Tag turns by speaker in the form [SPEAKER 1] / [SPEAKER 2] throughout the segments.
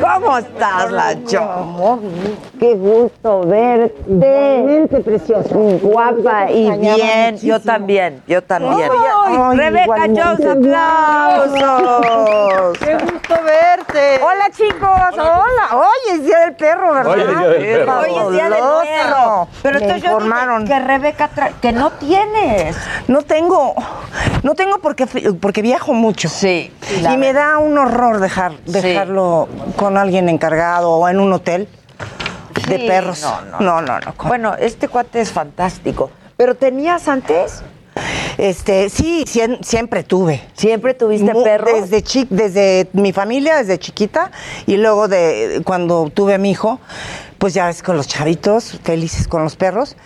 [SPEAKER 1] ¿Cómo estás, Lacho?
[SPEAKER 2] Qué gusto verte. preciosa. Guapa y
[SPEAKER 1] Bien, yo también, yo también. Rebeca Jones, aplausos.
[SPEAKER 3] ¡Qué gusto verte!
[SPEAKER 2] Hola chicos, hola. Hoy es día del perro, ¿verdad?
[SPEAKER 4] Hoy es día del perro.
[SPEAKER 1] Hoy es día del
[SPEAKER 2] Fabulosa.
[SPEAKER 1] perro. Pero
[SPEAKER 2] Me
[SPEAKER 1] entonces yo
[SPEAKER 2] informaron.
[SPEAKER 1] dije que Rebeca trae, que no tienes.
[SPEAKER 2] No tengo, no tengo porque fi- porque viajo mucho.
[SPEAKER 1] Sí.
[SPEAKER 2] y me da un horror dejar dejarlo con alguien encargado o en un hotel de
[SPEAKER 1] Sí,
[SPEAKER 2] perros.
[SPEAKER 1] no, no.
[SPEAKER 2] no, no, no.
[SPEAKER 1] Bueno, este cuate es fantástico. Pero tenías antes,
[SPEAKER 2] Este, sí, siem- siempre tuve.
[SPEAKER 1] siempre tuviste
[SPEAKER 2] Mu-
[SPEAKER 1] perros.
[SPEAKER 2] Desde, chi- desde mi familia, desde chiquita, y luego de cuando tuve a mi hijo, pues ya ves con los chavitos, felices con los perros.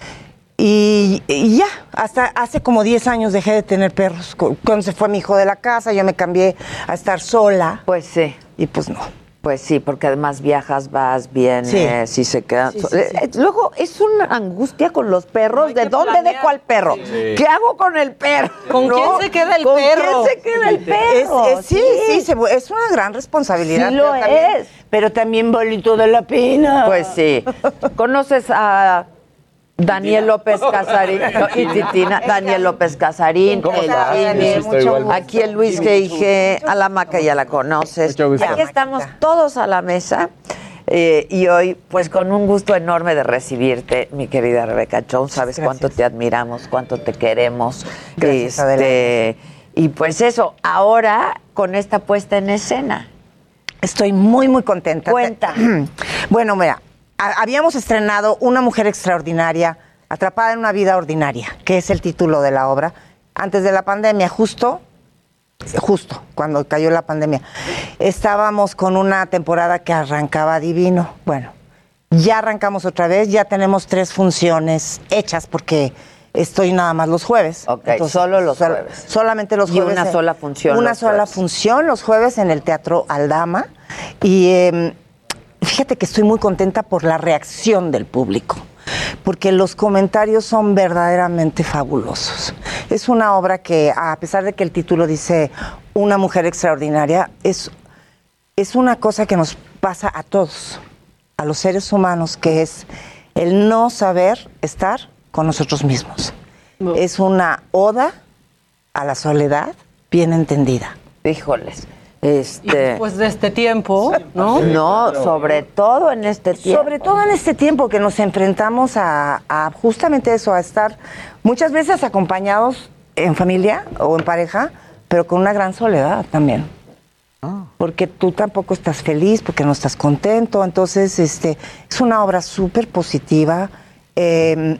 [SPEAKER 2] Y, y ya, hasta hace como 10 años dejé de tener perros. Cu- Cuando se fue mi hijo de la casa, yo me cambié a estar sola.
[SPEAKER 1] Pues sí.
[SPEAKER 2] Y pues no.
[SPEAKER 1] Pues sí, porque además viajas, vas, vienes
[SPEAKER 2] Sí.
[SPEAKER 1] y se quedan.
[SPEAKER 2] Sí, sí, sí.
[SPEAKER 1] Eh, Luego es una angustia con los perros. ¿De dónde dejo al perro? ¿Qué hago con el perro?
[SPEAKER 3] ¿Con
[SPEAKER 1] ¿No?
[SPEAKER 3] quién se queda el
[SPEAKER 1] ¿Con
[SPEAKER 3] perro?
[SPEAKER 1] quién se queda el perro?
[SPEAKER 2] Es- es- sí, sí, se vu- es una gran responsabilidad.
[SPEAKER 1] Sí lo
[SPEAKER 2] pero también-
[SPEAKER 1] es.
[SPEAKER 2] Pero también bolito de la pena.
[SPEAKER 1] Pues sí. ¿Conoces a Daniel López Casarín? No, y Titina. Daniel López Casarín.
[SPEAKER 4] ¿Cómo
[SPEAKER 1] el
[SPEAKER 4] estás?
[SPEAKER 1] Jimmy.
[SPEAKER 4] Bien, estoy igual.
[SPEAKER 1] Aquí el Luis G.I.G. A la maca ya la conoces.
[SPEAKER 4] Mucho gusto.
[SPEAKER 1] Aquí estamos todos a la mesa. eh, y hoy, pues con un gusto enorme de recibirte, mi querida Rebeca Jones. Sabes cuánto te admiramos, cuánto te queremos.
[SPEAKER 2] Gracias,
[SPEAKER 1] Este, y pues eso, ahora con esta puesta en escena.
[SPEAKER 2] Estoy muy, muy contenta.
[SPEAKER 1] Cuenta.
[SPEAKER 2] Bueno, mira, a- habíamos estrenado Una mujer extraordinaria, atrapada en una vida ordinaria, que es el título de la obra, antes de la pandemia, justo, justo, cuando cayó la pandemia. Estábamos con una temporada que arrancaba divino. Bueno, ya arrancamos otra vez, ya tenemos tres funciones hechas porque... Estoy nada más los jueves.
[SPEAKER 1] Ok, solo los jueves.
[SPEAKER 2] Solamente los
[SPEAKER 1] Y
[SPEAKER 2] jueves.
[SPEAKER 1] una
[SPEAKER 2] eh,
[SPEAKER 1] sola función
[SPEAKER 2] Una
[SPEAKER 1] los
[SPEAKER 2] sola
[SPEAKER 1] jueves.
[SPEAKER 2] función los jueves en el Teatro Aldama. Y eh, fíjate que estoy muy contenta por la reacción del público, porque los comentarios son verdaderamente fabulosos. Es una obra que, a pesar de que el título dice Una mujer extraordinaria, es, es una cosa que nos pasa a todos, a los seres humanos, que es el no saber estar con nosotros mismos. Es una oda a la soledad bien entendida.
[SPEAKER 1] Híjoles.
[SPEAKER 3] Y
[SPEAKER 1] Este.
[SPEAKER 3] después de este tiempo, ¿no? Ah,
[SPEAKER 1] No, sobre todo en este tiempo.
[SPEAKER 2] Sobre todo en este tiempo que nos enfrentamos a, a justamente eso, a estar muchas veces acompañados en familia o en pareja, pero con una gran soledad también. Porque tú tampoco estás feliz, porque no estás contento. Entonces, este, es una obra súper positiva eh,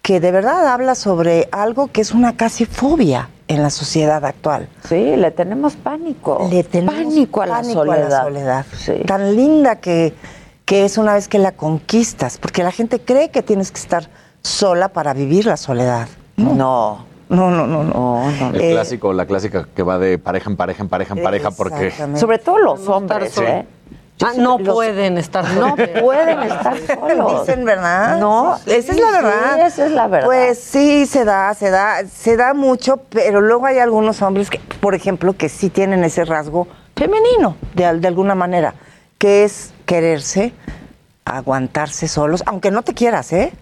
[SPEAKER 2] que de verdad habla sobre algo que es una casi fobia en la sociedad actual.
[SPEAKER 1] Sí, le tenemos pánico.
[SPEAKER 2] Le tenemos
[SPEAKER 1] pánico a la
[SPEAKER 2] pánico
[SPEAKER 1] soledad.
[SPEAKER 2] soledad.
[SPEAKER 1] Sí.
[SPEAKER 2] Tan linda que, que es una vez que la conquistas, porque la gente cree que tienes que estar sola para vivir la soledad. No,
[SPEAKER 1] No.
[SPEAKER 2] no, no, no.
[SPEAKER 1] No, no, no.
[SPEAKER 4] El
[SPEAKER 2] Eh,
[SPEAKER 4] clásico, la clásica que va de pareja en pareja en pareja en pareja porque
[SPEAKER 2] Exactamente.
[SPEAKER 1] Sobre todo los
[SPEAKER 3] No estar
[SPEAKER 1] hombres,
[SPEAKER 3] solo.
[SPEAKER 1] ¿eh?
[SPEAKER 3] Ah, no
[SPEAKER 1] Los-
[SPEAKER 3] pueden estar
[SPEAKER 1] No
[SPEAKER 3] solos.
[SPEAKER 1] pueden estar solos.
[SPEAKER 2] Dicen verdad.
[SPEAKER 1] No,
[SPEAKER 2] esa es la
[SPEAKER 1] sí,
[SPEAKER 2] verdad.
[SPEAKER 1] sí, esa es la verdad.
[SPEAKER 2] Pues sí, se da, se da, se da mucho, pero luego hay algunos hombres que, por ejemplo, que sí tienen ese rasgo femenino, de, al- de alguna manera, que es quererse, aguantarse solos, aunque no te quieras, ¿eh?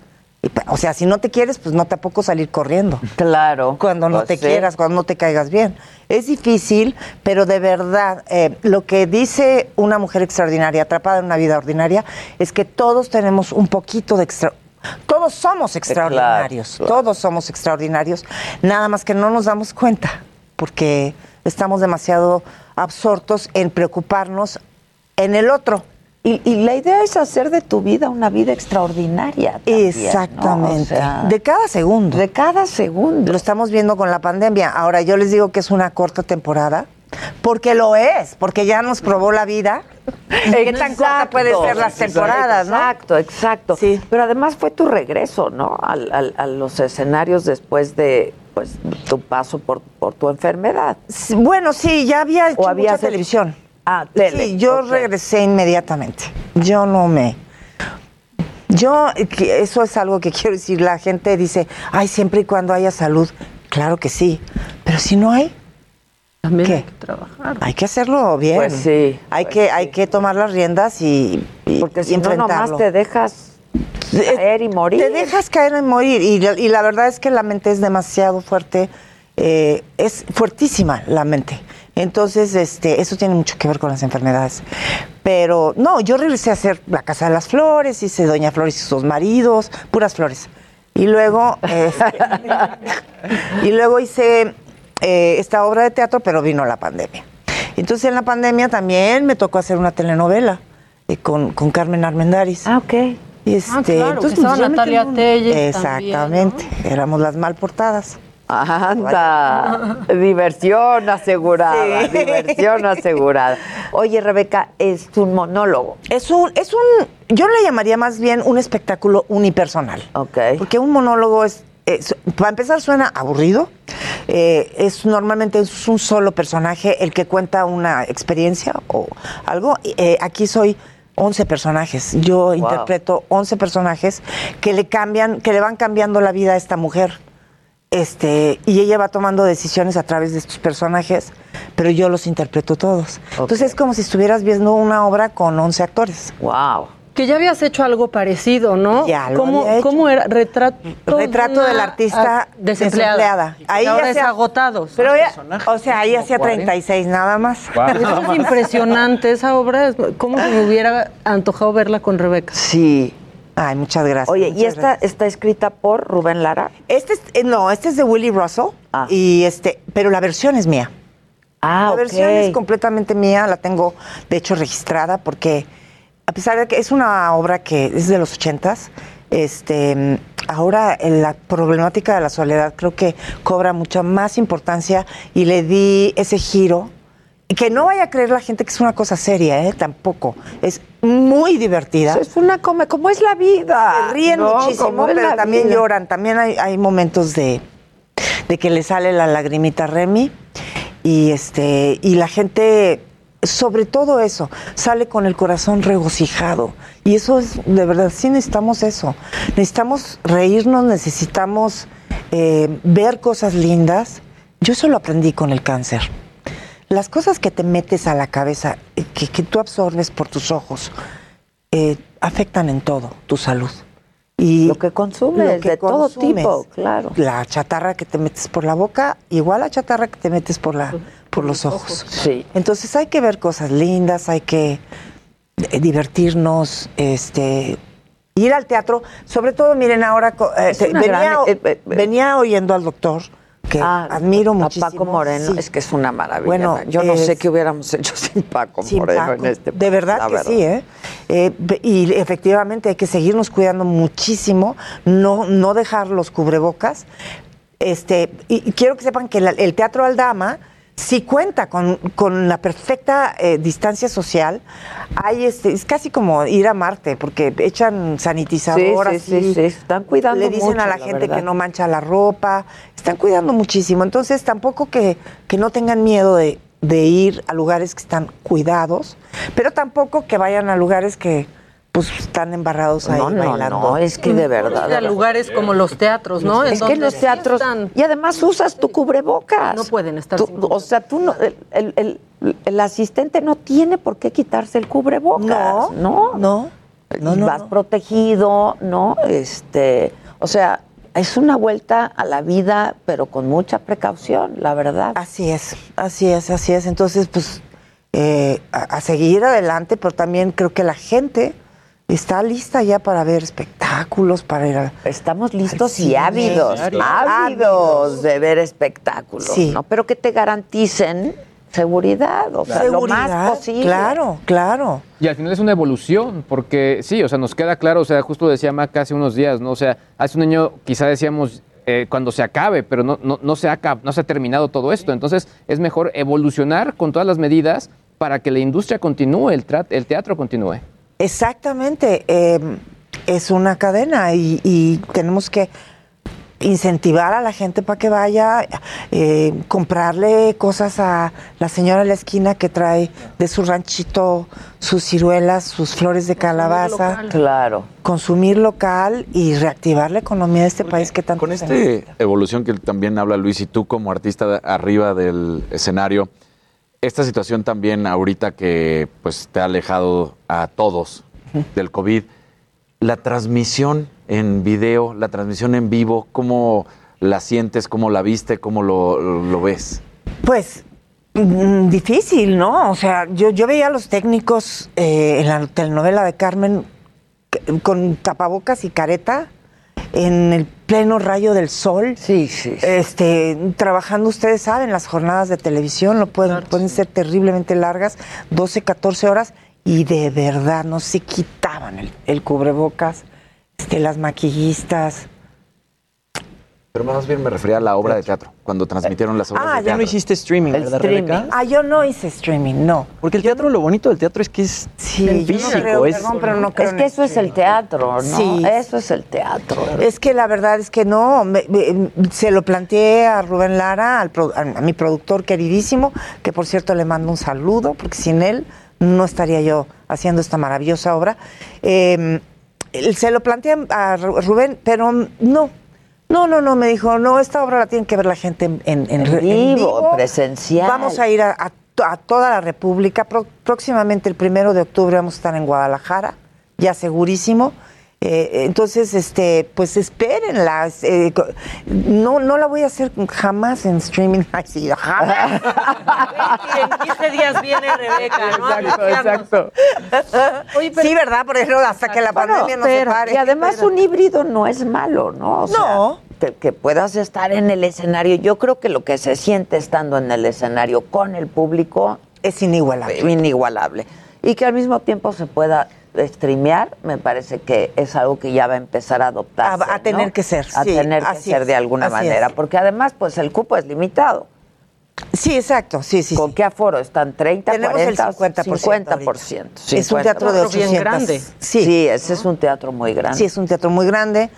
[SPEAKER 2] Y pa- O sea, si no te quieres, pues no tampoco salir corriendo.
[SPEAKER 1] Claro.
[SPEAKER 2] Cuando no
[SPEAKER 1] Pues
[SPEAKER 2] te
[SPEAKER 1] sí.
[SPEAKER 2] quieras, cuando no te caigas bien. Es difícil, pero de verdad, eh, lo que dice una mujer extraordinaria, atrapada en una vida ordinaria, es que todos tenemos un poquito de extra... Todos somos extraordinarios,
[SPEAKER 1] claro.
[SPEAKER 2] todos somos extraordinarios, nada más que no nos damos cuenta, porque estamos demasiado absortos en preocuparnos en el otro.
[SPEAKER 1] Y, y la idea es hacer de tu vida una vida extraordinaria. también, ¿no?
[SPEAKER 2] Exactamente.
[SPEAKER 1] O sea,
[SPEAKER 2] de cada segundo.
[SPEAKER 1] de cada segundo.
[SPEAKER 2] Lo estamos viendo con la pandemia. Ahora, yo les digo que es una corta temporada. Porque lo es, porque ya nos probó la vida. Y qué tan corta
[SPEAKER 1] Exacto.
[SPEAKER 2] pueden ser las temporadas, ¿no?
[SPEAKER 1] Exacto, exacto.
[SPEAKER 2] Sí.
[SPEAKER 1] Pero además fue tu regreso, ¿no? Al- al- a los escenarios después de pues tu paso por, por tu enfermedad.
[SPEAKER 2] Sí, Bueno, sí, ya había hecho
[SPEAKER 1] habías
[SPEAKER 2] mucha
[SPEAKER 1] hecho-
[SPEAKER 2] televisión.
[SPEAKER 1] Ah, tele.
[SPEAKER 2] Sí, yo
[SPEAKER 1] ok.
[SPEAKER 2] regresé inmediatamente. Yo no me. Yo, eh, que eso es algo que quiero decir. La gente dice, ay, siempre y cuando haya salud. Claro que sí. Pero si no hay,
[SPEAKER 3] También
[SPEAKER 2] ¿Qué?
[SPEAKER 3] hay que trabajar.
[SPEAKER 2] hay que hacerlo bien.
[SPEAKER 1] Pues sí,
[SPEAKER 2] Hay,
[SPEAKER 1] pues
[SPEAKER 2] que,
[SPEAKER 1] sí.
[SPEAKER 2] hay que tomar las riendas y, y-
[SPEAKER 1] Porque
[SPEAKER 2] y
[SPEAKER 1] si no, nomás
[SPEAKER 2] enfrentarlo.
[SPEAKER 1] te dejas
[SPEAKER 2] Eh,
[SPEAKER 1] caer y morir.
[SPEAKER 2] Te dejas caer en morir y, la- y la verdad es que la mente es demasiado fuerte, eh, es fuertísima la mente. Entonces, este, eso tiene mucho que ver con las enfermedades. Pero no, yo regresé a hacer la Casa de las Flores, hice Doña Flores y sus maridos, puras flores. Y luego, eh, y luego hice eh, esta obra de teatro, pero vino la pandemia. Entonces, en la pandemia también me tocó hacer una telenovela eh, con, con Carmen Armendáriz.
[SPEAKER 1] Ah, ok.
[SPEAKER 2] Este,
[SPEAKER 3] Ah, claro,
[SPEAKER 2] entonces,
[SPEAKER 3] que estaba
[SPEAKER 2] yo me
[SPEAKER 3] Natalia
[SPEAKER 2] tengo-
[SPEAKER 3] Telles también,
[SPEAKER 2] Exactamente, éramos las mal portadas.
[SPEAKER 1] Anda, diversión asegurada,
[SPEAKER 2] Sí.
[SPEAKER 1] diversión asegurada. Oye, Rebeca, es tu monólogo.
[SPEAKER 2] Es un, es un, yo le llamaría más bien un espectáculo unipersonal.
[SPEAKER 1] Ok.
[SPEAKER 2] Porque un monólogo es, es- para empezar suena aburrido. eh, es normalmente es un solo personaje el que cuenta una experiencia o algo. Eh, aquí soy 11 personajes. Yo interpreto 11 personajes que le cambian, que le van cambiando la vida a esta mujer. Este, y ella va tomando decisiones a través de estos personajes, pero yo los interpreto todos. Entonces es como si estuvieras viendo una obra con 11 actores.
[SPEAKER 1] Wow.
[SPEAKER 3] Que ya habías hecho algo parecido, ¿no?
[SPEAKER 2] Ya lo
[SPEAKER 3] ¿Cómo,
[SPEAKER 2] había hecho.
[SPEAKER 3] cómo era? Retrato,
[SPEAKER 2] Retrato
[SPEAKER 3] de
[SPEAKER 2] del
[SPEAKER 3] una,
[SPEAKER 2] artista
[SPEAKER 3] ah, desempleada.
[SPEAKER 2] desempleada.
[SPEAKER 3] Ahí
[SPEAKER 2] ya
[SPEAKER 3] Ahora
[SPEAKER 2] hacía-
[SPEAKER 3] es agotados.
[SPEAKER 2] Pero ella- o sea, ahí hacía 36 nada más.
[SPEAKER 3] Eso es impresionante, esa obra. es- ¿Cómo se me hubiera antojado verla con Rebeca?
[SPEAKER 1] Sí.
[SPEAKER 2] Ay, muchas gracias.
[SPEAKER 1] Oye,
[SPEAKER 2] muchas
[SPEAKER 1] ¿y esta
[SPEAKER 2] gracias.
[SPEAKER 1] está escrita por Rubén Lara?
[SPEAKER 2] Este es- eh, no, este es de Willie Russell
[SPEAKER 1] Ah.
[SPEAKER 2] y este, pero la versión es mía.
[SPEAKER 1] Ah,
[SPEAKER 2] La versión es
[SPEAKER 1] ok.
[SPEAKER 2] completamente mía, la tengo de hecho registrada porque a pesar de que es una obra que es de los ochentas, este, mm, ahora eh, la problemática de la soledad creo que cobra mucha más importancia y le di ese giro. Y Que no vaya a creer la gente que es una cosa seria, ¿eh? tampoco. Es muy divertida.
[SPEAKER 1] Es una come, ¿cómo es la vida?
[SPEAKER 2] Se ríen
[SPEAKER 1] Ah, No,
[SPEAKER 2] muchísimo,
[SPEAKER 1] ¿cómo es
[SPEAKER 2] pero
[SPEAKER 1] la
[SPEAKER 2] también
[SPEAKER 1] vida?
[SPEAKER 2] lloran. También hay, hay momentos de, de que le sale la lagrimita a Remy. Y, este, y la gente, sobre todo eso, sale con el corazón regocijado. Y eso es, de verdad, sí necesitamos eso. Necesitamos reírnos, necesitamos eh, ver cosas lindas. Yo eso lo aprendí con el cáncer. Las cosas que te metes a la cabeza, eh, que, que tú absorbes por tus ojos, eh, afectan en todo tu salud. Y
[SPEAKER 1] Lo que consumes, de todo tipo, claro.
[SPEAKER 2] La chatarra que te metes por la boca, igual la chatarra que te metes por, la, por los ojos.
[SPEAKER 1] Sí.
[SPEAKER 2] Entonces hay que ver cosas lindas, hay que eh, divertirnos, este, ir al teatro. Sobre todo, miren, ahora co- eh, te-
[SPEAKER 1] una
[SPEAKER 2] venía,
[SPEAKER 1] gran-
[SPEAKER 2] o-
[SPEAKER 1] eh, eh, eh.
[SPEAKER 2] venía oyendo al doctor, que
[SPEAKER 1] Ah,
[SPEAKER 2] admiro
[SPEAKER 1] a
[SPEAKER 2] muchísimo.
[SPEAKER 1] Paco Moreno,
[SPEAKER 2] sí.
[SPEAKER 1] es que es una maravilla.
[SPEAKER 2] Bueno,
[SPEAKER 1] Yo no sé
[SPEAKER 2] es-
[SPEAKER 1] qué hubiéramos hecho sin Paco
[SPEAKER 2] Sin
[SPEAKER 1] Moreno
[SPEAKER 2] Paco.
[SPEAKER 1] en este
[SPEAKER 2] De verdad
[SPEAKER 1] la
[SPEAKER 2] que sí, ¿eh? Eh, ve- Y efectivamente hay que seguirnos cuidando muchísimo, no, no dejar los cubrebocas. Este, y y quiero que sepan que la- el Teatro Aldama sí cuenta con, con la perfecta eh, distancia social. Hay este, es casi como ir a Marte, porque echan sanitizadoras.
[SPEAKER 1] Sí, sí, sí, sí, están cuidando
[SPEAKER 2] Le dicen
[SPEAKER 1] mucho,
[SPEAKER 2] a
[SPEAKER 1] la
[SPEAKER 2] la gente
[SPEAKER 1] verdad.
[SPEAKER 2] que no mancha la ropa. Están cuidando muchísimo. Entonces, tampoco que, que no tengan miedo de, de ir a lugares que están cuidados, pero tampoco que vayan a lugares que pues están embarrados ahí
[SPEAKER 1] No, no,
[SPEAKER 2] bailando.
[SPEAKER 1] no, es que de verdad.
[SPEAKER 3] Ir a lugares como los teatros, ¿no? En
[SPEAKER 1] Es que en
[SPEAKER 3] donde
[SPEAKER 1] los
[SPEAKER 3] Pues, sí
[SPEAKER 1] teatros.
[SPEAKER 3] están-
[SPEAKER 1] Y además usas tu cubrebocas.
[SPEAKER 3] No pueden estar
[SPEAKER 1] Tú-
[SPEAKER 3] sin cubrebocas.
[SPEAKER 1] O sea, tú no. El, el- el- el asistente no tiene por qué quitarse el cubrebocas.
[SPEAKER 2] No,
[SPEAKER 1] No.
[SPEAKER 2] no, no, no,
[SPEAKER 1] Vas
[SPEAKER 2] no.
[SPEAKER 1] protegido, ¿no? Este. O sea, es una vuelta a la vida, pero con mucha precaución, la verdad.
[SPEAKER 2] Así es, así es, así es. Entonces, pues, eh, a, a seguir adelante, pero también creo que la gente está lista ya para ver espectáculos, para ir a...
[SPEAKER 1] Estamos listos
[SPEAKER 2] cine,
[SPEAKER 1] y ávidos,
[SPEAKER 2] claro.
[SPEAKER 1] ávidos de ver espectáculos,
[SPEAKER 2] Sí.
[SPEAKER 1] ¿no? Pero que te garanticen seguridad, o sea, lo más posible.
[SPEAKER 2] Claro, claro.
[SPEAKER 5] Y al final es una evolución, porque sí, o sea, nos queda claro, o sea, justo decía Maca hace unos días, ¿no? O sea, hace un año quizá decíamos, eh, cuando se acabe, pero no, no, no se ha, acab- no se ha terminado todo esto. Entonces es mejor evolucionar con todas las medidas para que la industria continúe, el, tra- el teatro continúe.
[SPEAKER 2] Exactamente. eh, es una cadena y, y tenemos que incentivar a la gente para que vaya, eh, comprarle cosas a la señora de la esquina que trae de su ranchito sus ciruelas, sus flores de calabaza,
[SPEAKER 1] Claro.
[SPEAKER 2] consumir local y reactivar la economía de este país que tanto
[SPEAKER 4] Con
[SPEAKER 2] se
[SPEAKER 4] esta evolución que también habla Luis y tú como artista de- arriba del escenario, esta situación también ahorita que pues te ha alejado a todos del COVID, la transmisión en video, la transmisión en vivo, ¿cómo la sientes, cómo la viste, cómo lo, lo ves?
[SPEAKER 2] Pues mm, difícil, ¿no? O sea, yo, yo veía a los técnicos eh, en la telenovela de Carmen c- con tapabocas y careta en el pleno rayo del sol.
[SPEAKER 1] Sí, sí. sí.
[SPEAKER 2] Este, trabajando, ustedes saben, las jornadas de televisión lo pueden, pueden ser terriblemente largas, 12, 14 horas, y de verdad no se quitaban el, el cubrebocas, este, las maquillistas.
[SPEAKER 4] Pero más bien me refería a la obra de teatro, cuando transmitieron las obras
[SPEAKER 2] Ah,
[SPEAKER 4] de
[SPEAKER 2] ya
[SPEAKER 6] Ya no
[SPEAKER 4] teatro.
[SPEAKER 6] hiciste streaming,
[SPEAKER 1] El
[SPEAKER 6] ¿verdad,
[SPEAKER 1] streaming.
[SPEAKER 6] Rebeca?
[SPEAKER 2] Ah, yo no hice streaming, no.
[SPEAKER 6] Porque el teatro, lo bonito del teatro es que es
[SPEAKER 2] Sí, yo no
[SPEAKER 6] físico.
[SPEAKER 2] creo,
[SPEAKER 6] es,
[SPEAKER 2] perdón, pero no creo
[SPEAKER 1] Es
[SPEAKER 2] en
[SPEAKER 1] que eso es el teatro, ¿no?
[SPEAKER 2] Sí.
[SPEAKER 1] Eso es el teatro. Eh,
[SPEAKER 2] Es que la verdad es que no, me- me- se lo planteé a Rubén Lara, al pro- a, a mi productor queridísimo, que por cierto le mando un saludo, porque sin él no estaría yo haciendo esta maravillosa obra. Eh, él- se lo planteé a Ru- Rubén, pero no, no, no, no, me dijo, no, esta obra la tiene que ver la gente en, en- en re- en
[SPEAKER 1] vivo, presencial.
[SPEAKER 2] Vamos a ir a, a to- a toda la República. Pro- próximamente, el primero de octubre, vamos a estar en Guadalajara, ya segurísimo. Eh, entonces, este, pues espérenla. eh, co- no, no la voy a hacer jamás en streaming. Ay, sí, jamás.
[SPEAKER 3] En 15 días viene Rebeca, ¿no?
[SPEAKER 1] Exacto, exacto.
[SPEAKER 3] Oye, pero
[SPEAKER 2] sí, ¿verdad? Por ejemplo, hasta que la pandemia no se
[SPEAKER 3] espera,
[SPEAKER 2] pare.
[SPEAKER 1] Y además un híbrido no es malo, ¿no? O sea,
[SPEAKER 2] No.
[SPEAKER 1] te- que puedas estar en el escenario. Yo creo que lo que se siente estando en el escenario con el público
[SPEAKER 2] es inigualable.
[SPEAKER 1] eh, inigualable. Y que al mismo tiempo se pueda streamear, me parece que es algo que ya va a empezar a adoptar.
[SPEAKER 2] A- a tener que ser,
[SPEAKER 1] A
[SPEAKER 2] sí,
[SPEAKER 1] tener que
[SPEAKER 2] así
[SPEAKER 1] ser
[SPEAKER 2] es,
[SPEAKER 1] de alguna
[SPEAKER 2] así
[SPEAKER 1] manera.
[SPEAKER 2] es.
[SPEAKER 1] Porque además, pues el cupo es limitado.
[SPEAKER 2] Sí, exacto. Sí, sí.
[SPEAKER 1] ¿Con
[SPEAKER 2] sí.
[SPEAKER 1] qué aforo? ¿Están 30,
[SPEAKER 2] Tenemos
[SPEAKER 1] 40,
[SPEAKER 2] el 50%?
[SPEAKER 1] 50%,
[SPEAKER 2] Es un teatro de
[SPEAKER 1] 50%.
[SPEAKER 2] 800.
[SPEAKER 3] bien grande.
[SPEAKER 2] Sí.
[SPEAKER 1] Sí, ese es un teatro muy grande.
[SPEAKER 2] Sí, es un teatro muy grande,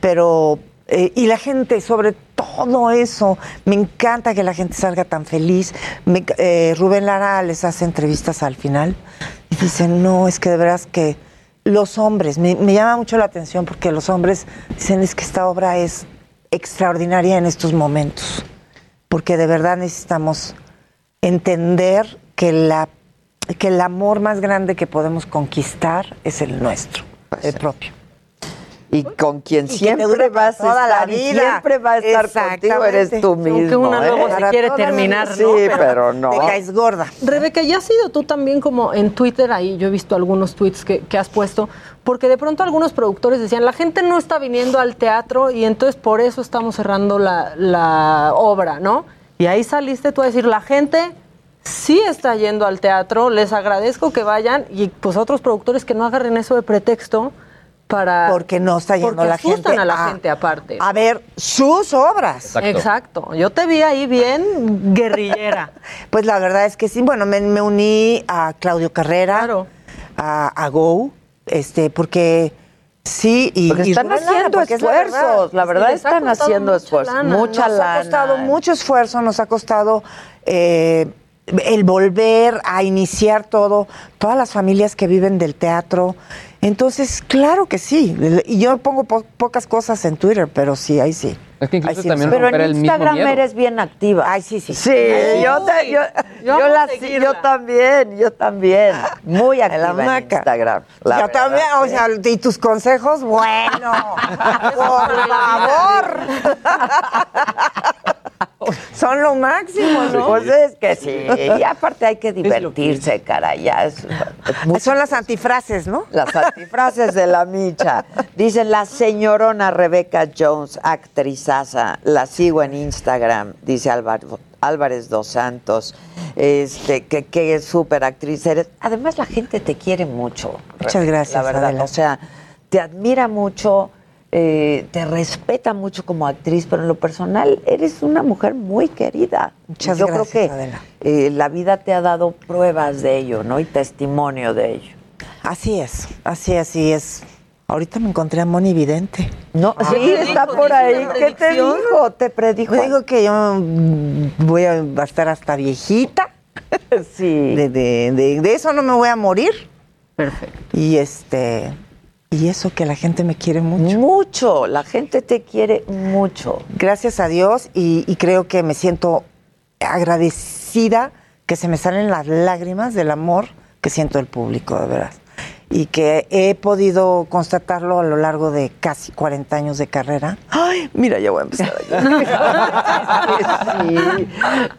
[SPEAKER 2] pero... eh, y la gente, sobre todo eso, me encanta que la gente salga tan feliz. Me enc- eh, Rubén Lara les hace entrevistas al final y dicen, no, es que de veras que los hombres, me, me llama mucho la atención porque los hombres dicen, es que esta obra es extraordinaria en estos momentos, porque de verdad necesitamos entender que, la, que el amor más grande que podemos conquistar es el nuestro, el propio.
[SPEAKER 1] Pues Y con quien
[SPEAKER 2] que te
[SPEAKER 1] siempre
[SPEAKER 2] dure para
[SPEAKER 1] vas a
[SPEAKER 2] toda
[SPEAKER 1] estar,
[SPEAKER 2] la
[SPEAKER 1] y
[SPEAKER 2] vida.
[SPEAKER 1] siempre va a estar contigo, eres tú
[SPEAKER 2] Exactamente.
[SPEAKER 1] mismo.
[SPEAKER 3] Aunque una
[SPEAKER 1] ¿eh?
[SPEAKER 3] luego se
[SPEAKER 2] Para
[SPEAKER 3] quiere
[SPEAKER 2] toda la
[SPEAKER 3] terminar,
[SPEAKER 1] Sí,
[SPEAKER 3] ¿no?
[SPEAKER 1] pero no.
[SPEAKER 2] Te caes gorda.
[SPEAKER 3] Rebeca, ya has sido tú también como en Twitter, ahí yo he visto algunos tweets que, que has puesto, porque de pronto algunos productores decían, la gente no está viniendo al teatro y entonces por eso estamos cerrando la, la obra, ¿no? Y ahí saliste tú a decir, la gente sí está yendo al teatro, les agradezco que vayan y pues otros productores que no agarren eso de pretexto para...
[SPEAKER 2] Porque no está yendo
[SPEAKER 3] porque
[SPEAKER 2] la gente.
[SPEAKER 3] asustan a la gente aparte.
[SPEAKER 2] A ver, sus obras.
[SPEAKER 3] Exacto. Yo te vi ahí bien guerrillera.
[SPEAKER 2] Pues la verdad es que sí. Bueno, me, me uní a Claudio Carrera,
[SPEAKER 3] Claro.
[SPEAKER 2] a, a Go, este, porque sí. Y,
[SPEAKER 1] Porque
[SPEAKER 2] y
[SPEAKER 1] están
[SPEAKER 2] Rubén Lara,
[SPEAKER 1] haciendo
[SPEAKER 2] porque es la
[SPEAKER 1] esfuerzos, la verdad,
[SPEAKER 2] verdad.
[SPEAKER 3] les ha
[SPEAKER 1] están
[SPEAKER 3] costado
[SPEAKER 1] haciendo
[SPEAKER 3] mucha
[SPEAKER 1] esfuerzos,
[SPEAKER 3] lana,
[SPEAKER 1] mucha
[SPEAKER 2] nos
[SPEAKER 1] lana.
[SPEAKER 2] ha costado mucho esfuerzo, nos ha costado eh, el volver a iniciar todo, todas las familias que viven del teatro. Entonces, claro que sí. Y yo pongo po- pocas cosas en Twitter, pero sí, ahí sí.
[SPEAKER 5] Es que
[SPEAKER 2] Ahí
[SPEAKER 5] incluso
[SPEAKER 2] sí,
[SPEAKER 5] también
[SPEAKER 1] Pero
[SPEAKER 5] romper
[SPEAKER 1] en
[SPEAKER 5] el mismo
[SPEAKER 1] Instagram
[SPEAKER 5] miedo.
[SPEAKER 1] eres bien activa.
[SPEAKER 2] Ay, sí, sí.
[SPEAKER 1] Sí, yo, te- yo, yo,
[SPEAKER 3] Yo amo
[SPEAKER 1] la-
[SPEAKER 3] seguirla.
[SPEAKER 1] yo también, yo también. Muy
[SPEAKER 2] En la
[SPEAKER 1] activa en,
[SPEAKER 2] hamaca.
[SPEAKER 1] Instagram.
[SPEAKER 2] Yo
[SPEAKER 1] la verdad,
[SPEAKER 2] también, o
[SPEAKER 1] sí.
[SPEAKER 2] sea, y tus consejos, bueno, por favor. Son lo máximo, ¿no?
[SPEAKER 1] Pues es que sí. Y aparte hay que divertirse, cara. Ya es, es muy-
[SPEAKER 2] Son las antifrases, ¿no?
[SPEAKER 1] Las antifrases de la micha. Dice la señorona Rebeca Jones, actrizaza. La sigo en Instagram, dice Álvaro- Álvarez dos Santos, este, que, que es súper actriz. eres. Además, la gente te quiere mucho. Rebeca,
[SPEAKER 2] Muchas gracias,
[SPEAKER 1] La verdad,
[SPEAKER 2] Adela.
[SPEAKER 1] o sea, te admira mucho, eh, te respeta mucho como actriz, pero en lo personal eres una mujer muy querida.
[SPEAKER 2] Muchas
[SPEAKER 1] Yo
[SPEAKER 2] gracias,
[SPEAKER 1] creo que
[SPEAKER 2] Adela.
[SPEAKER 1] eh, la vida te ha dado pruebas de ello, ¿no? Y testimonio de ello.
[SPEAKER 2] Así es, así, así es. Ahorita me encontré a Moni Vidente.
[SPEAKER 1] No, sí,
[SPEAKER 3] ¿Qué
[SPEAKER 1] está
[SPEAKER 3] dijo?
[SPEAKER 1] por
[SPEAKER 3] ¿Te hizo
[SPEAKER 1] ahí.
[SPEAKER 3] una
[SPEAKER 1] ¿Qué te
[SPEAKER 3] predicción?
[SPEAKER 1] dijo? Te predijo.
[SPEAKER 2] Me digo que yo mm, voy a va a estar hasta viejita.
[SPEAKER 1] sí.
[SPEAKER 2] De, de- de- de eso no me voy a morir.
[SPEAKER 3] Perfecto.
[SPEAKER 2] Y este. Y eso que la gente me quiere mucho.
[SPEAKER 1] Mucho, la gente te quiere mucho.
[SPEAKER 2] Gracias a Dios y, y creo que me siento agradecida que se me salen las lágrimas del amor que siento del público, de verdad. Y que he podido constatarlo a lo largo de casi 40 años de carrera. Ay, mira, ya voy a empezar. a llorar.
[SPEAKER 1] Sí.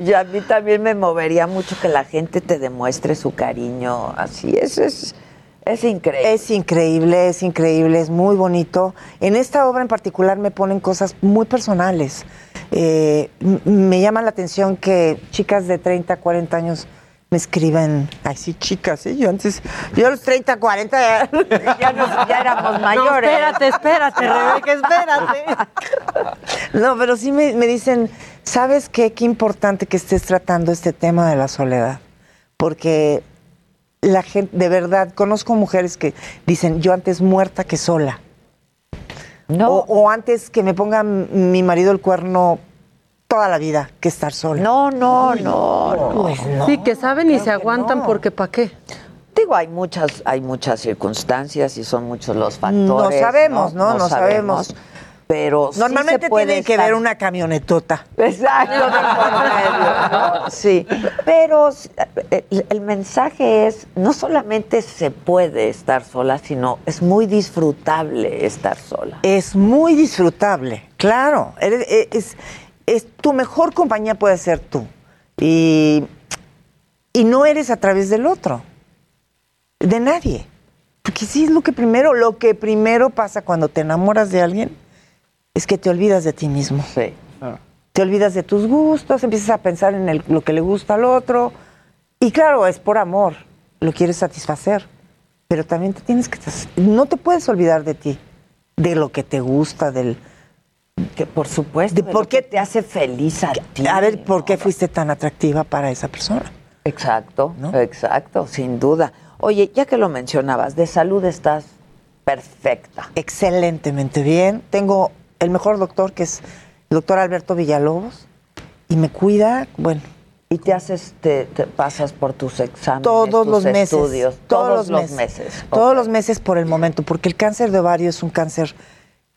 [SPEAKER 1] Y a mí también me movería mucho que la gente te demuestre su cariño. Así eso es, es increíble.
[SPEAKER 2] Es increíble, es increíble, es muy bonito. En esta obra en particular me ponen cosas muy personales. Eh, m- me llama la atención que chicas de 30, 40 años me escriben, ay sí, chicas, ¿eh? yo antes, yo a los 30, 40 ya,
[SPEAKER 1] ya, nos- ya éramos
[SPEAKER 3] No,
[SPEAKER 1] mayores.
[SPEAKER 3] espérate, espérate, Rebeca, espérate.
[SPEAKER 2] No, pero sí me, me dicen, ¿sabes qué? Qué importante que estés tratando este tema de la soledad. Porque la gente, de verdad, conozco mujeres que dicen, yo antes muerta que sola.
[SPEAKER 1] no,
[SPEAKER 2] O, o antes que me ponga m- mi marido el cuerno toda la vida que estar sola.
[SPEAKER 1] no, no, no, no.
[SPEAKER 2] Pues no.
[SPEAKER 3] sí, que saben y se aguantan
[SPEAKER 2] no.
[SPEAKER 3] porque ¿para qué?
[SPEAKER 1] Digo, hay muchas, hay muchas circunstancias y son muchos los factores.
[SPEAKER 2] sabemos, ¿no? No
[SPEAKER 1] Pero sí
[SPEAKER 2] Normalmente
[SPEAKER 1] se puede
[SPEAKER 2] tiene que
[SPEAKER 1] estar-
[SPEAKER 2] ver una camionetota.
[SPEAKER 1] Exacto, de por medio, ¿no? Sí. Pero el, el mensaje es, no solamente se puede estar sola, sino es muy disfrutable estar sola.
[SPEAKER 2] Es muy disfrutable, claro. Eres- e- Es, es- tu mejor compañía puede ser tú. Y, y no eres a través del otro, de nadie. Porque sí es lo que primero, lo que primero pasa cuando te enamoras de alguien es que te olvidas de ti mismo.
[SPEAKER 1] Sí.
[SPEAKER 2] te olvidas de tus gustos, empiezas a pensar en el- lo que le gusta al otro. Y claro, es por amor, lo quieres satisfacer, pero también te tienes que... No te puedes olvidar de ti, de lo que te gusta, del...
[SPEAKER 1] Que por supuesto.
[SPEAKER 2] De
[SPEAKER 1] de
[SPEAKER 2] por
[SPEAKER 1] lo
[SPEAKER 2] qué-
[SPEAKER 1] que te hace feliz a ti?
[SPEAKER 2] a ver, ¿por qué
[SPEAKER 1] ¿no?
[SPEAKER 2] fuiste tan atractiva para esa persona?
[SPEAKER 1] Exacto,
[SPEAKER 2] ¿No?
[SPEAKER 1] exacto, sin duda. Oye, ya que lo mencionabas, de salud estás perfecta.
[SPEAKER 2] Excelentemente bien. Tengo el mejor doctor, que es el doctor Alberto Villalobos, y me cuida, bueno,
[SPEAKER 1] Y te haces, te, te pasas por tus exámenes,
[SPEAKER 2] todos
[SPEAKER 1] tus
[SPEAKER 2] los meses,
[SPEAKER 1] estudios,
[SPEAKER 2] todos, los meses, todos
[SPEAKER 1] Ok.
[SPEAKER 2] los meses por el momento, porque el cáncer de ovario es un cáncer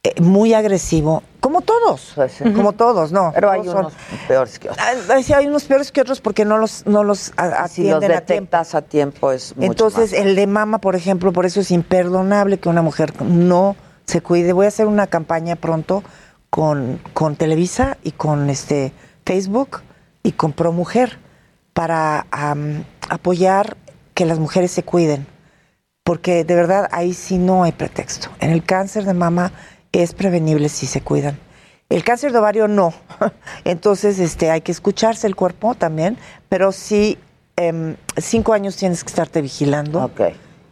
[SPEAKER 2] eh, muy agresivo, como todos,
[SPEAKER 1] Pues sí.
[SPEAKER 2] como todos, no.
[SPEAKER 1] Pero hay
[SPEAKER 2] todos son-
[SPEAKER 1] unos peores que otros.
[SPEAKER 2] Ah, ah, sí, hay unos peores que otros porque no los, no los a-
[SPEAKER 1] Y si los
[SPEAKER 2] atienden a tiempo.
[SPEAKER 1] detectas a tiempo es mucho
[SPEAKER 2] Entonces,
[SPEAKER 1] más.
[SPEAKER 2] el de mama, por ejemplo, por eso es imperdonable que una mujer no se cuide. Voy a hacer una campaña pronto con, con Televisa y con este Facebook y con ProMujer para am, apoyar que las mujeres se cuiden. Porque de verdad ahí sí no hay pretexto. En el cáncer de mama es prevenible si se cuidan. El cáncer de ovario no. Entonces este, hay que escucharse el cuerpo también, pero sí em, cinco años tienes que estarte vigilando.
[SPEAKER 1] Ok.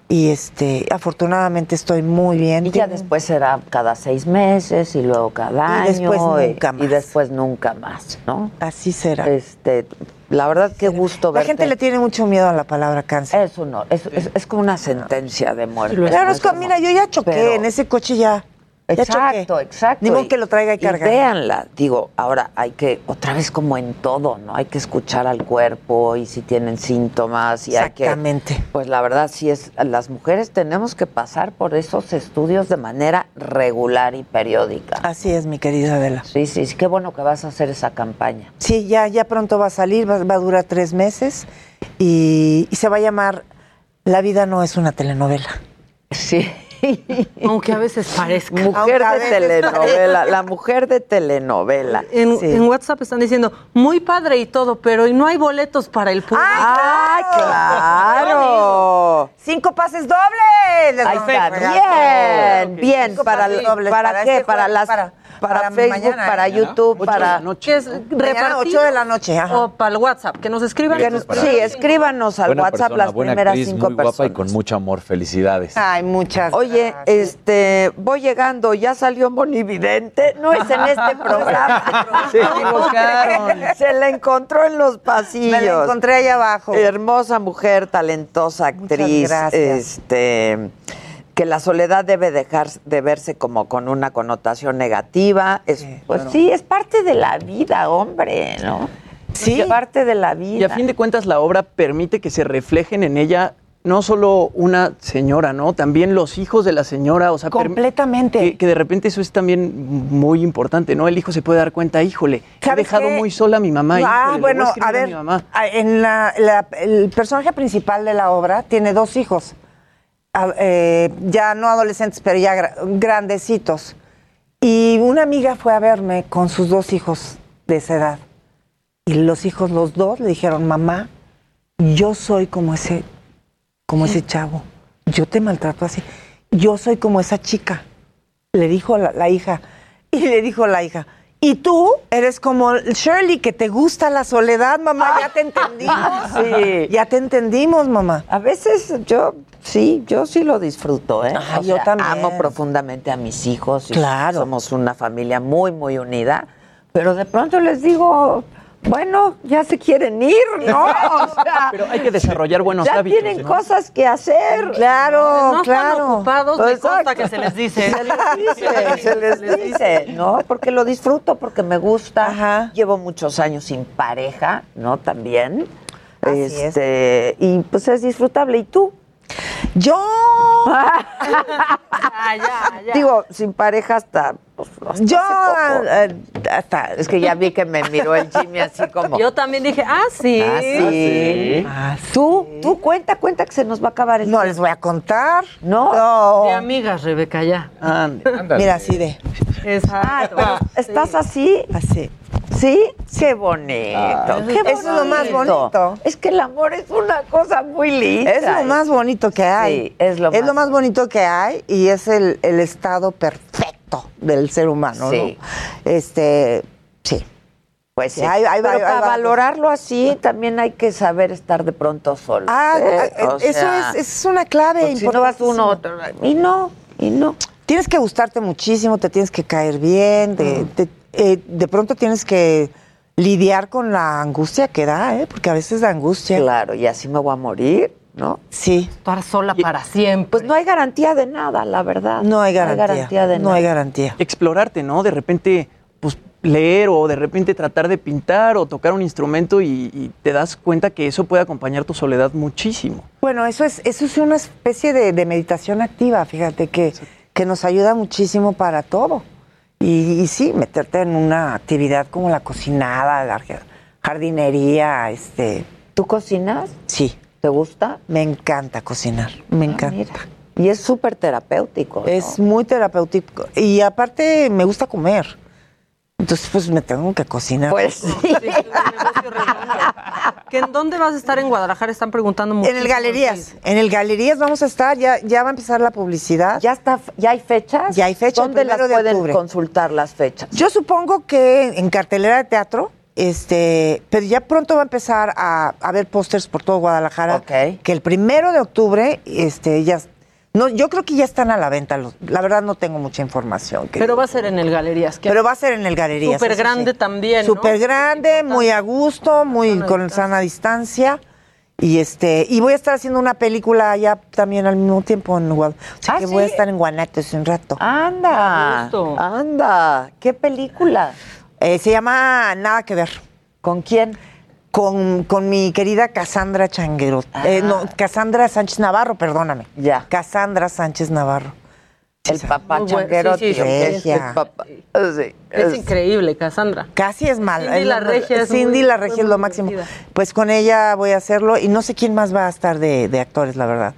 [SPEAKER 2] Y este, afortunadamente estoy muy bien.
[SPEAKER 1] Y ya
[SPEAKER 2] Tengo-
[SPEAKER 1] después será cada seis meses y luego cada
[SPEAKER 2] Y
[SPEAKER 1] año.
[SPEAKER 2] después nunca
[SPEAKER 1] Y
[SPEAKER 2] más.
[SPEAKER 1] después nunca más, ¿no?
[SPEAKER 2] Así será.
[SPEAKER 1] Este, la verdad, qué gusto
[SPEAKER 2] La
[SPEAKER 1] verte.
[SPEAKER 2] gente le tiene mucho miedo a la palabra cáncer.
[SPEAKER 1] Eso no, es, es, es como una sentencia de muerte.
[SPEAKER 2] claro,
[SPEAKER 1] ¿no?
[SPEAKER 2] es que,
[SPEAKER 1] como-
[SPEAKER 2] mira, yo ya choqué
[SPEAKER 1] Pero-
[SPEAKER 2] en ese coche ya. ya
[SPEAKER 1] Exacto,
[SPEAKER 2] choqué.
[SPEAKER 1] exacto.
[SPEAKER 2] Ni modo
[SPEAKER 1] Y-
[SPEAKER 2] que lo traiga y carga.
[SPEAKER 1] Y véanla. Digo, ahora hay que, otra vez como en todo, ¿no? Hay que escuchar al cuerpo y si tienen síntomas y hay que...
[SPEAKER 2] Exactamente.
[SPEAKER 1] Pues la verdad sí es, las mujeres tenemos que pasar por esos estudios de manera regular y periódica.
[SPEAKER 2] Así es, mi querida Adela.
[SPEAKER 1] Sí, sí, sí, qué bueno que vas a hacer esa campaña.
[SPEAKER 2] Sí, ya, ya pronto va a salir, va, va a durar tres meses y, y se va a llamar La vida no es una telenovela.
[SPEAKER 1] Sí.
[SPEAKER 3] Aunque a veces parezca.
[SPEAKER 1] Mujer
[SPEAKER 2] Aunque a
[SPEAKER 1] de
[SPEAKER 2] veces-
[SPEAKER 1] telenovela, la mujer de telenovela.
[SPEAKER 3] En,
[SPEAKER 2] Sí.
[SPEAKER 3] en WhatsApp están diciendo, muy padre y todo, pero y no hay boletos para el público.
[SPEAKER 1] ¡Ah, claro!
[SPEAKER 2] ¡Cinco pases dobles! Les
[SPEAKER 1] Ahí
[SPEAKER 2] vamos a
[SPEAKER 1] está,
[SPEAKER 2] regalar.
[SPEAKER 1] bien, bien.
[SPEAKER 2] Cinco
[SPEAKER 1] ¿Para,
[SPEAKER 2] pases dobles
[SPEAKER 1] ¿para,
[SPEAKER 2] para
[SPEAKER 1] qué?
[SPEAKER 2] este
[SPEAKER 1] para
[SPEAKER 2] jueves,
[SPEAKER 1] las
[SPEAKER 2] para-
[SPEAKER 1] para,
[SPEAKER 2] Para
[SPEAKER 1] Facebook,
[SPEAKER 2] mañana,
[SPEAKER 1] para
[SPEAKER 2] ¿eh?
[SPEAKER 1] YouTube, para...
[SPEAKER 3] Que es
[SPEAKER 2] Mañana,
[SPEAKER 3] repartido
[SPEAKER 2] ocho de la noche, ajá.
[SPEAKER 3] O para el WhatsApp, que nos escriban.
[SPEAKER 1] que-
[SPEAKER 3] sus-
[SPEAKER 1] sí, escríbanos al
[SPEAKER 4] Buena
[SPEAKER 1] WhatsApp
[SPEAKER 4] persona,
[SPEAKER 1] las
[SPEAKER 4] buena
[SPEAKER 1] primeras
[SPEAKER 4] actriz,
[SPEAKER 1] cinco
[SPEAKER 4] muy
[SPEAKER 1] personas.
[SPEAKER 4] guapa y con mucho amor. Felicidades.
[SPEAKER 2] Ay, muchas
[SPEAKER 1] Oye,
[SPEAKER 2] gracias.
[SPEAKER 1] este, voy llegando, ya salió Monividente, no es en este programa.
[SPEAKER 6] Se equivocaron.
[SPEAKER 1] Se la encontró en los pasillos.
[SPEAKER 2] Me la encontré allá abajo.
[SPEAKER 1] Hermosa mujer, talentosa actriz.
[SPEAKER 2] gracias.
[SPEAKER 1] Este que la soledad debe dejar de verse como con una connotación negativa. Es, pues sí, es parte de la vida, hombre, ¿no?
[SPEAKER 6] Sí.
[SPEAKER 1] Es parte de la vida.
[SPEAKER 6] Y a fin de cuentas la obra permite que se reflejen en ella no solo una señora, ¿no? También los hijos de la señora, o sea, perm-
[SPEAKER 2] Completamente.
[SPEAKER 6] Que, que de repente eso es también muy importante, ¿no? El hijo se puede dar cuenta, híjole, he
[SPEAKER 2] ¿Sabes
[SPEAKER 6] dejado
[SPEAKER 2] qué?
[SPEAKER 6] muy sola a mi mamá.
[SPEAKER 2] Ah,
[SPEAKER 6] híjole, le voy
[SPEAKER 2] bueno,
[SPEAKER 6] escribir
[SPEAKER 2] a ver,
[SPEAKER 6] mi mamá.
[SPEAKER 2] a- en la, la- el personaje principal de la obra tiene dos hijos, a- eh, ya no adolescentes, pero ya gra- grandecitos. Y una amiga fue a verme con sus dos hijos de esa edad. Y los hijos, los dos, le dijeron, mamá, yo soy como ese, como ese chavo. Yo te maltrato así. Yo soy como esa chica. Le dijo la, la hija. Y le dijo la hija. Y tú eres como Shirley, que te gusta la soledad, mamá. Ya te entendimos.
[SPEAKER 1] Sí.
[SPEAKER 2] Ya te entendimos, mamá.
[SPEAKER 1] A veces yo sí, yo sí lo disfruto, ¿eh?
[SPEAKER 2] Ah, yo también.
[SPEAKER 1] Amo profundamente a mis hijos. y
[SPEAKER 2] Claro.
[SPEAKER 1] Somos una familia muy, muy unida. Pero de pronto les digo, bueno, ya se quieren ir, ¿no? O sea,
[SPEAKER 6] Pero hay que desarrollar buenos
[SPEAKER 1] ya
[SPEAKER 6] hábitos.
[SPEAKER 1] tienen
[SPEAKER 6] ¿no?
[SPEAKER 1] cosas que hacer.
[SPEAKER 2] Claro,
[SPEAKER 3] No están
[SPEAKER 2] claro. Pues,
[SPEAKER 3] ocupados, me consta
[SPEAKER 1] Exacto.
[SPEAKER 3] que se les dice.
[SPEAKER 1] Se les dice, se les dice, ¿no? Porque lo disfruto, porque me gusta.
[SPEAKER 2] Ajá.
[SPEAKER 1] Llevo muchos años sin pareja, ¿no? También.
[SPEAKER 2] Así es.
[SPEAKER 1] este, y pues es disfrutable. ¿Y tú?
[SPEAKER 2] Yo.
[SPEAKER 3] Ah, ya, ya.
[SPEAKER 1] Digo, sin pareja hasta. pues, hasta
[SPEAKER 2] Yo.
[SPEAKER 1] hace poco.
[SPEAKER 2] eh, hasta-
[SPEAKER 1] Es que ya vi que me miró el Jimmy así como.
[SPEAKER 3] Yo también dije, ah, sí.
[SPEAKER 1] Ah, sí.
[SPEAKER 2] Ah, sí.
[SPEAKER 1] Tú, tú cuenta, cuenta que se nos va a acabar el
[SPEAKER 2] No
[SPEAKER 1] tiempo.
[SPEAKER 2] les voy a contar.
[SPEAKER 1] No.
[SPEAKER 3] De
[SPEAKER 2] No.
[SPEAKER 3] amigas, Rebeca, ya.
[SPEAKER 6] Ande.
[SPEAKER 5] Ándale.
[SPEAKER 2] Mira, así de.
[SPEAKER 3] Exacto.
[SPEAKER 2] Ah.
[SPEAKER 1] ¿Estás así?
[SPEAKER 2] Así.
[SPEAKER 1] ¿Sí? Qué bonito. qué
[SPEAKER 2] Ah. Eso es lo más bonito.
[SPEAKER 1] Es que el amor es una cosa muy linda.
[SPEAKER 2] Es lo más bonito que hay.
[SPEAKER 1] Sí, es lo más
[SPEAKER 2] bonito que hay y es el, el estado perfecto del ser humano,
[SPEAKER 1] Sí.
[SPEAKER 2] ¿no? Este, sí.
[SPEAKER 1] Pues sí.
[SPEAKER 2] Ahí- ahí
[SPEAKER 1] Pero
[SPEAKER 2] va, ahí va,
[SPEAKER 1] para
[SPEAKER 2] ahí va.
[SPEAKER 1] valorarlo así también hay que saber estar de pronto solo.
[SPEAKER 2] Ah,
[SPEAKER 1] ¿eh?
[SPEAKER 2] ah,
[SPEAKER 1] O
[SPEAKER 2] eso
[SPEAKER 1] sea,
[SPEAKER 2] es, es una clave
[SPEAKER 1] pues, si no vas uno
[SPEAKER 2] importantísima.
[SPEAKER 1] otro. Y no, y no.
[SPEAKER 2] Tienes que gustarte muchísimo, te tienes que caer bien,
[SPEAKER 1] Mm.
[SPEAKER 2] de, te- eh, de pronto tienes que lidiar con la angustia que da, ¿eh? Porque a veces da angustia.
[SPEAKER 1] Claro, y así me voy a morir, ¿no?
[SPEAKER 2] Sí.
[SPEAKER 3] Estar sola para siempre.
[SPEAKER 1] Pues no hay garantía de nada, la verdad.
[SPEAKER 2] No hay garantía.
[SPEAKER 1] No hay garantía de
[SPEAKER 2] no hay
[SPEAKER 1] nada.
[SPEAKER 2] garantía.
[SPEAKER 6] explorarte, ¿no? De repente, pues leer o de repente tratar de pintar o tocar un instrumento y, y te das cuenta que eso puede acompañar tu soledad muchísimo.
[SPEAKER 2] Bueno, eso es, eso es una especie de, de meditación activa, fíjate, que, que nos ayuda muchísimo para todo. Y, y sí, meterte en una actividad como la cocinada, la jar- jardinería, este,
[SPEAKER 1] ¿Tú cocinas?
[SPEAKER 2] sí,
[SPEAKER 1] ¿Te gusta?
[SPEAKER 2] me encanta cocinar, me
[SPEAKER 1] Ah,
[SPEAKER 2] encanta.
[SPEAKER 1] mira. Y es súper terapéutico. ¿no?
[SPEAKER 2] Es muy terapéutico. Y aparte me gusta comer. Entonces, pues me tengo que cocinar.
[SPEAKER 1] Pues sí.
[SPEAKER 3] Sí, es un negocio redondo. ¿Que ¿En dónde vas a estar en Guadalajara? Están preguntando mucho.
[SPEAKER 2] en el Galerías, en el Galerías vamos a estar, ya, ya va a empezar la publicidad.
[SPEAKER 1] ¿Ya, está, ¿Ya hay fechas?
[SPEAKER 2] Ya hay fecha, el
[SPEAKER 1] ¿Dónde las
[SPEAKER 2] primero de
[SPEAKER 1] pueden
[SPEAKER 2] octubre.
[SPEAKER 1] consultar las fechas?
[SPEAKER 2] Yo supongo que en cartelera de teatro, este, pero ya pronto va a empezar a, a ver pósters por todo Guadalajara.
[SPEAKER 1] Ok.
[SPEAKER 2] Que el primero de octubre, este, ya, no, yo creo que ya están a la venta. los- la verdad no tengo mucha información. que-
[SPEAKER 3] Pero va a ser en el Galerías. que-
[SPEAKER 2] pero va a ser en el Galerías.
[SPEAKER 3] Súper
[SPEAKER 2] eso
[SPEAKER 3] grande también, ¿no?
[SPEAKER 2] Súper grande, muy a gusto, muy con sana distancia. Y este, y voy a estar haciendo una película allá también al mismo tiempo en Guad- O sea
[SPEAKER 1] Ah,
[SPEAKER 2] que voy a
[SPEAKER 1] ¿sí? Ah.
[SPEAKER 2] estar en Guanatos un rato.
[SPEAKER 1] Anda,
[SPEAKER 3] Justo.
[SPEAKER 1] anda, qué película.
[SPEAKER 2] Eh, se llama Nada que ver.
[SPEAKER 1] ¿Con quién?
[SPEAKER 2] Con, con mi querida Cassandra Changuero. Eh, no, Cassandra Sánchez Navarro, perdóname.
[SPEAKER 1] Ya.
[SPEAKER 2] Cassandra Sánchez Navarro.
[SPEAKER 1] El papá
[SPEAKER 3] Muy bueno,
[SPEAKER 1] changuero.
[SPEAKER 3] sí, sí,
[SPEAKER 1] tío,
[SPEAKER 3] sí,
[SPEAKER 1] que es
[SPEAKER 2] sí.
[SPEAKER 1] el papá. Sí,
[SPEAKER 3] Es
[SPEAKER 1] es-
[SPEAKER 3] increíble, Cassandra.
[SPEAKER 2] Casi es mal.
[SPEAKER 3] Cindy
[SPEAKER 2] es
[SPEAKER 3] la
[SPEAKER 2] lo-
[SPEAKER 3] Regia es
[SPEAKER 2] Cindy
[SPEAKER 3] muy-
[SPEAKER 2] la Regia
[SPEAKER 3] fue
[SPEAKER 2] es
[SPEAKER 3] muy
[SPEAKER 2] lo máximo.
[SPEAKER 3] divertida.
[SPEAKER 2] Pues con ella voy a hacerlo y no sé quién más va a estar de, de actores, la verdad.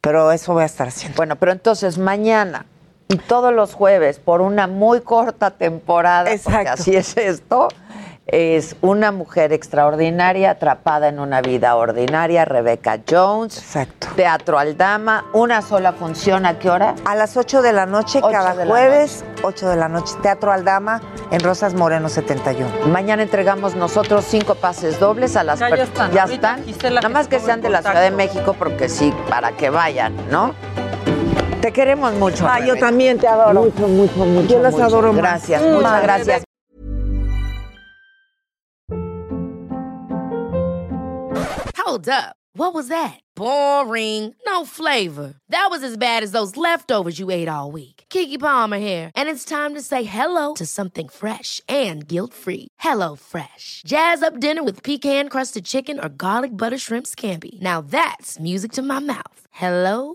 [SPEAKER 2] Pero eso voy a estar haciendo.
[SPEAKER 1] Bueno, pero entonces mañana y todos los jueves por una muy corta temporada, porque
[SPEAKER 2] Exacto.
[SPEAKER 1] así es esto, es una mujer extraordinaria atrapada en una vida ordinaria, Rebeca Jones.
[SPEAKER 2] Exacto.
[SPEAKER 1] Teatro Aldama, una sola función, ¿a qué hora?
[SPEAKER 2] A las 8 de la noche,
[SPEAKER 1] Ocho
[SPEAKER 2] cada
[SPEAKER 1] de la
[SPEAKER 2] jueves, 8 de la noche, Teatro Aldama, en Rosas Moreno 71.
[SPEAKER 1] Mañana entregamos nosotros cinco pases dobles a las
[SPEAKER 3] Ya, ya
[SPEAKER 1] per-
[SPEAKER 3] están.
[SPEAKER 1] Ya
[SPEAKER 3] Ahorita
[SPEAKER 1] están.
[SPEAKER 3] Gisela
[SPEAKER 1] Nada
[SPEAKER 3] que
[SPEAKER 1] más
[SPEAKER 3] se
[SPEAKER 1] que
[SPEAKER 3] ponga
[SPEAKER 1] sean
[SPEAKER 3] en
[SPEAKER 1] de la Ciudad de
[SPEAKER 3] contacto.
[SPEAKER 1] México porque sí, para que vayan, ¿no? Te queremos mucho. Rebeca.
[SPEAKER 2] Ah, también te adoro. Mucho, mucho, mucho. Yo las
[SPEAKER 1] Mucho.
[SPEAKER 2] adoro más.
[SPEAKER 1] Gracias, muchas gracias.
[SPEAKER 7] Hold up. What was that? Boring. No flavor. That was as bad as those leftovers you ate all week. Kiki Palmer here, and it's time to say hello to something fresh and guilt-free. Hello Fresh. Jazz up dinner with pecan-crusted chicken or garlic butter shrimp scampi. Now that's music to my mouth. Hello